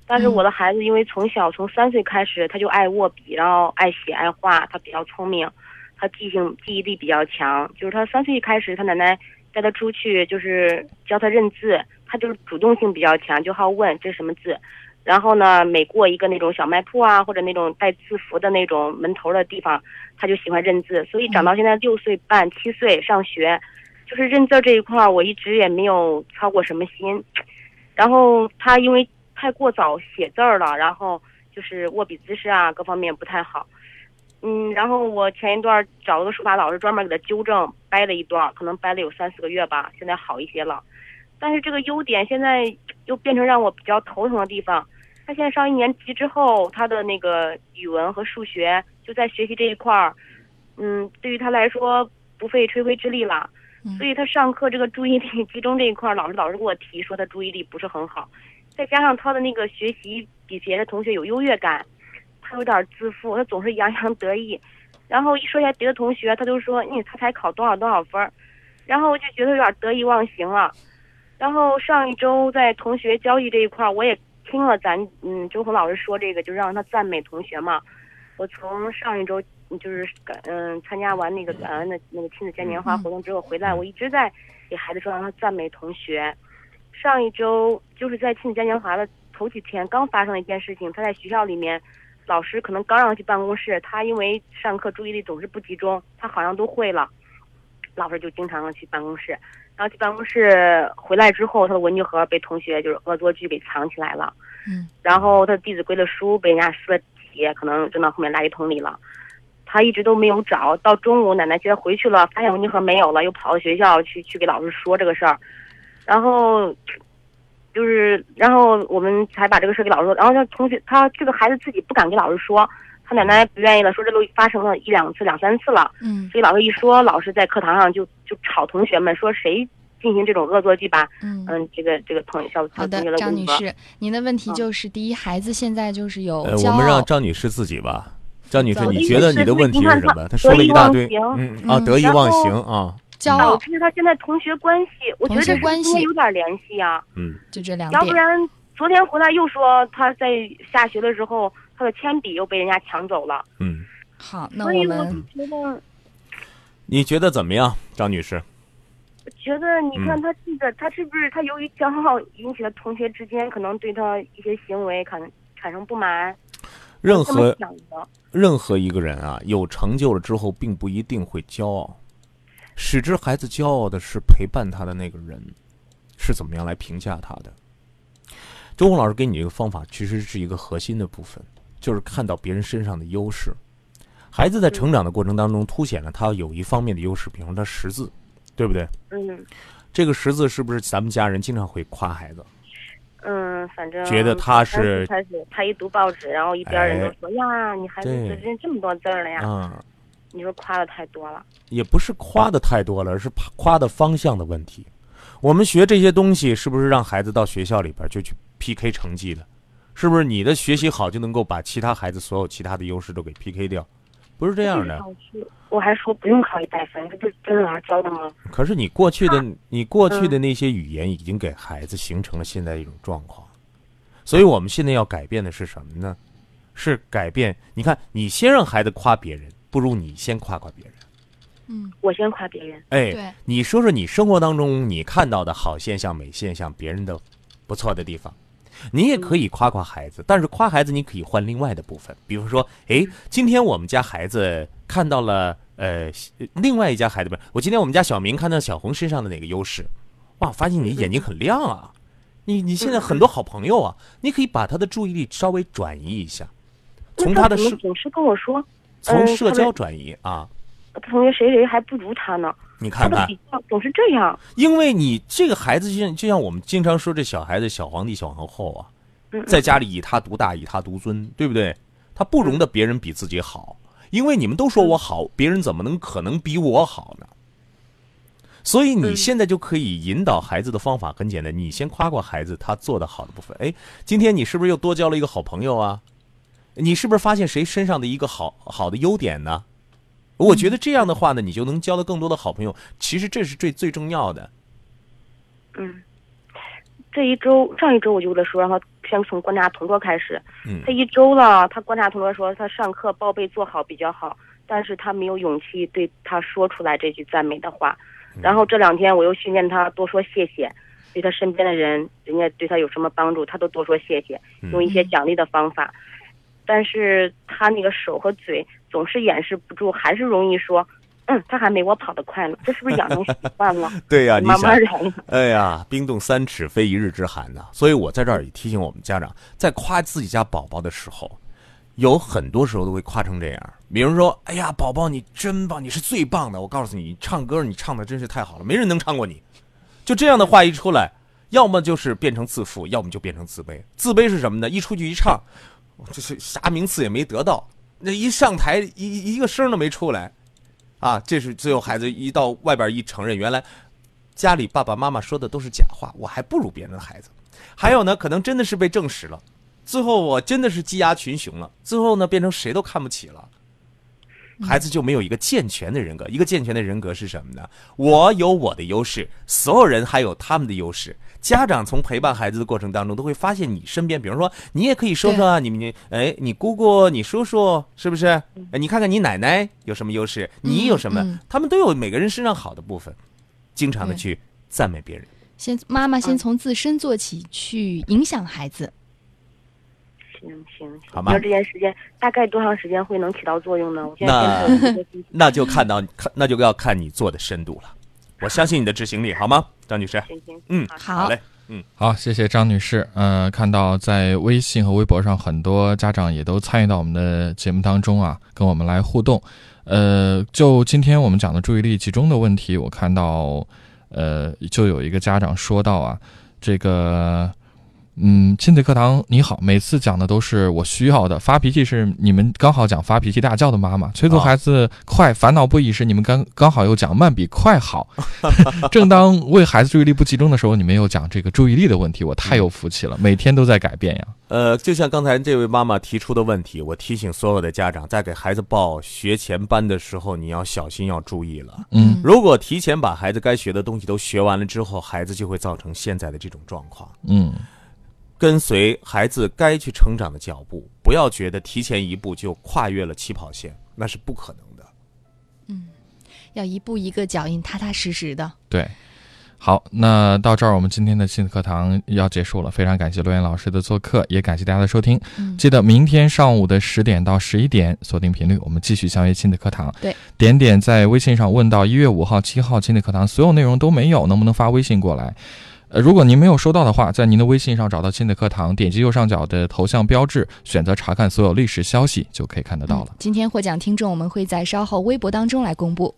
K: 但是我的孩子因为从小从三岁开始他就爱握笔，然后爱写爱画，他比较聪明，他记性记忆力比较强。就是他三岁开始，他奶奶带他出去就是教他认字，他就是主动性比较强，就好问这是什么字。然后呢，每过一个那种小卖铺啊，或者那种带字符的那种门头的地方，他就喜欢认字。所以长到现在六岁半、七岁上学，就是认字儿这一块儿，我一直也没有操过什么心。然后他因为太过早写字儿了，然后就是握笔姿势啊，各方面不太好。嗯，然后我前一段儿找了个书法老师专门给他纠正，掰了一段儿，可能掰了有三四个月吧，现在好一些了。但是这个优点现在又变成让我比较头疼的地方。他现在上一年级之后，他的那个语文和数学就在学习这一块儿，嗯，对于他来说不费吹灰之力了。所以他上课这个注意力集中这一块儿，老师老是给我提说他注意力不是很好，再加上他的那个学习比别的同学有优越感，他有点自负，他总是洋洋得意，然后一说起来别的同学，他就说你他才考多少多少分儿，然后我就觉得有点得意忘形了。然后上一周在同学交易这一块儿，我也听了咱嗯周红老师说这个，就让他赞美同学嘛。我从上一周就是感嗯参加完那个感恩的那个亲子嘉年华活动之后回来，我一直在给孩子说让他赞美同学。上一周就是在亲子嘉年华的头几天，刚发生了一件事情，他在学校里面，老师可能刚让他去办公室，他因为上课注意力总是不集中，他好像都会了，老师就经常去办公室，然后去办公室回来之后，他的文具盒被同学就是恶作剧给藏起来了。
B: 嗯，
K: 然后他的《弟子规》的书被人家摔铁，可能扔到后面垃圾桶里了。他一直都没有找到，中午奶奶接他回去了，发现文具盒没有了，又跑到学校去去给老师说这个事儿，然后就是，然后我们才把这个事儿给老师说。然后他同学，他这个孩子自己不敢给老师说，他奶奶不愿意了，说这都发生了一两次、两三次了。
B: 嗯
K: 所以老师一说，老师在课堂上就就吵同学们，说谁进行这种恶作剧吧。
B: 嗯
K: 这个这个同小
B: 好
K: 小同
B: 的
K: 学的，
B: 张
K: 文
B: 女
K: 具盒
B: 士，您的问题
K: 嗯
B: 就是：第一，孩子现在就是有
L: 呃，
B: 骄
L: 我们
B: 傲
L: 让张女士自己吧。张女士，
K: 对
L: 你觉得你的问题是什么？她说了一大堆，嗯啊，得意忘形啊，
B: 骄
K: 傲
B: 傲，
K: 这是他现在同学关系，我觉得
B: 同学
K: 这
B: 关
K: 是不
B: 系
K: 是有点联系啊。
L: 嗯，
B: 就这两
K: 要不
B: 点。
K: 然昨天回来又说他在下学的时候，他的铅笔又被人家抢走了。
L: 嗯，
B: 好，那
K: 所
B: 我
K: 以我
B: 们
K: 就觉得，
L: 你觉得怎么样，张女士？
K: 觉得你看
L: 嗯
K: 他这个，他是不是他由于骄傲引起了同学之间可能对他一些行为产产生不满？
L: 任
K: 我这么
L: 何
K: 想的
L: 任何一个人啊，有成就了之后，并不一定会骄傲。使之孩子骄傲的是陪伴他的那个人，是怎么样来评价他的。周红老师给你这个方法，其实是一个核心的部分，就是看到别人身上的优势。孩子在成长的过程当中，凸显了他有一方面的优势，比方说他识字，对不对？
K: 嗯
L: 这个识字是不是咱们家人经常会夸孩子？
K: 嗯，反正
L: 觉得他是哎
K: 开始他一读报纸，然后一边人都说、呀，你孩子
L: 对
K: 只认这么多字儿了呀，
L: 啊，
K: 你说夸的太多了。
L: 也不是夸的太多了，而是怕夸的方向的问题。我们学这些东西，是不是让孩子到学校里边就去 PK 成绩了？是不是你的学习好就能够把其他孩子所有其他的优势都给 PK 掉？不是这样的。
K: 我还说不用考一百分，这不是真的老师教的吗？
L: 可是你过去的你过去的那些语言已经给孩子形成了现在一种状况，所以我们现在要改变的是什么呢？是改变。你看，你先让孩子夸别人，不如你先夸夸别人。
B: 嗯，
K: 我先夸别人。
B: 对
L: 哎，你说说你生活当中你看到的好现象、美现象，别人的不错的地方，你也可以夸夸孩子，但是夸孩子你可以换另外的部分，比如说，哎，今天我们家孩子看到了呃另外一家孩子不是，我今天我们家小明看到小红身上的哪个优势，哇，发现你眼睛很亮啊，你你现在很多好朋友啊，你可以把他的注意力稍微转移一下，从
K: 那
L: 他的
K: 怎么
L: 社
K: 总是跟我说，
L: 从
K: 嗯
L: 社
K: 他
L: 交
K: 们
L: 转移啊，
K: 他同学谁谁还不如他呢，
L: 你看
K: 他
L: 看
K: 的比。较总是这样。
L: 因为你这个孩子就像就像我们经常说这小孩子小皇帝小皇后啊，在家里以他独大，以他独尊，对不对？他不容得别人比自己好，因为你们都说我好，别人怎么能可能比我好呢？所以你现在就可以引导孩子的方法很简单，你先夸夸孩子他做的好的部分。哎，今天你是不是又多交了一个好朋友啊？你是不是发现谁身上的一个好好的优点呢？我觉得这样的话呢，你就能交到更多的好朋友。其实这是最最重要的。
K: 嗯，这一周上一周我就跟他说，让他先从观察同桌开始。
L: 嗯
K: 他一周了，他观察同桌说他上课报备做好比较好，但是他没有勇气对他说出来这句赞美的话。
L: 嗯
K: 然后这两天我又训练他多说谢谢，对他身边的人，人家对他有什么帮助，他都多说谢谢，
L: 嗯？
K: 用一些奖励的方法。但是他那个手和嘴总是掩饰不住，还是容易说，嗯，他还没我跑得快呢。这是不是养成习惯了
L: 对啊呀、你
K: 慢
L: 想
K: 慢来。，
L: 哎呀，冰冻三尺非一日之寒呐、所以我在这儿也提醒我们家长，在夸自己家宝宝的时候，有很多时候都会夸成这样。比如说，哎呀，宝宝你真棒，你是最棒的。我告诉你，你唱歌你唱的真是太好了，没人能唱过你。就这样的话一出来，要么就是变成自负，要么就变成自卑。自卑是什么呢？一出去一唱，就是啥名次也没得到，那一上台一一个声儿都没出来，啊，这是最后孩子一到外边一承认，原来家里爸爸妈妈说的都是假话，我还不如别人的孩子。还有呢，可能真的是被证实了，最后我真的是鸡鸭群雄了，最后呢变成谁都看不起了。孩子就没有一个健全的人格。一个健全的人格是什么呢？我有我的优势，所有人还有他们的优势。家长从陪伴孩子的过程当中，都会发现你身边，比如说你也可以说说啊，你们你哎，你姑姑、你叔叔是不是？哎你看看你奶奶有什么优势，你有什么？
B: 嗯
L: 他们都有每个人身上好的部分，经常的去赞美别人。
B: 先妈妈
K: 嗯
B: 先从自身做起，去影响孩子。
K: 行行行，
L: 好
K: 你
L: 吗
K: 说这件时间大概多长时间会能起到作用呢？我现在
L: 那
K: 先做一个分析
L: 那就看到看那就要看你做的深度了。我相信你的执行力，好吗，张女士？嗯，好嘞，嗯。
A: 好，谢谢张女士。呃，看到在微信和微博上，很多家长也都参与到我们的节目当中啊，跟我们来互动。呃，就今天我们讲的注意力集中的问题，我看到，呃，就有一个家长说到啊，这个，嗯，亲子课堂你好，每次讲的都是我需要的，发脾气是你们刚好讲发脾气大叫的妈妈，催促孩子快，烦恼不已时，你们刚刚好又讲慢比快好。正当为孩子注意力不集中的时候，你们又讲这个注意力的问题，我太有福气了，每天都在改变呀。
L: 呃，就像刚才这位妈妈提出的问题，我提醒所有的家长，在给孩子报学前班的时候，你要小心，要注意了。
A: 嗯
L: 如果提前把孩子该学的东西都学完了之后，孩子就会造成现在的这种状况。
A: 嗯，
L: 跟随孩子该去成长的脚步，不要觉得提前一步就跨越了起跑线，那是不可能的。
B: 要一步一个脚印，踏踏实实的。
A: 对。好，那到这儿我们今天的亲子课堂要结束了，非常感谢罗岩老师的做客，也感谢大家的收听。
B: 嗯
A: 记得明天上午的十点到十一点锁定频率，我们继续相约亲子课堂。
B: 对，
A: 点点在微信上问到一月五号、七号亲子课堂所有内容都没有，能不能发微信过来？呃，如果您没有收到的话，在您的微信上找到亲子课堂，点击右上角的头像标志，选择查看所有历史消息，就可以看得到了。
B: 今天获奖听众我们会在稍后微博当中来公布。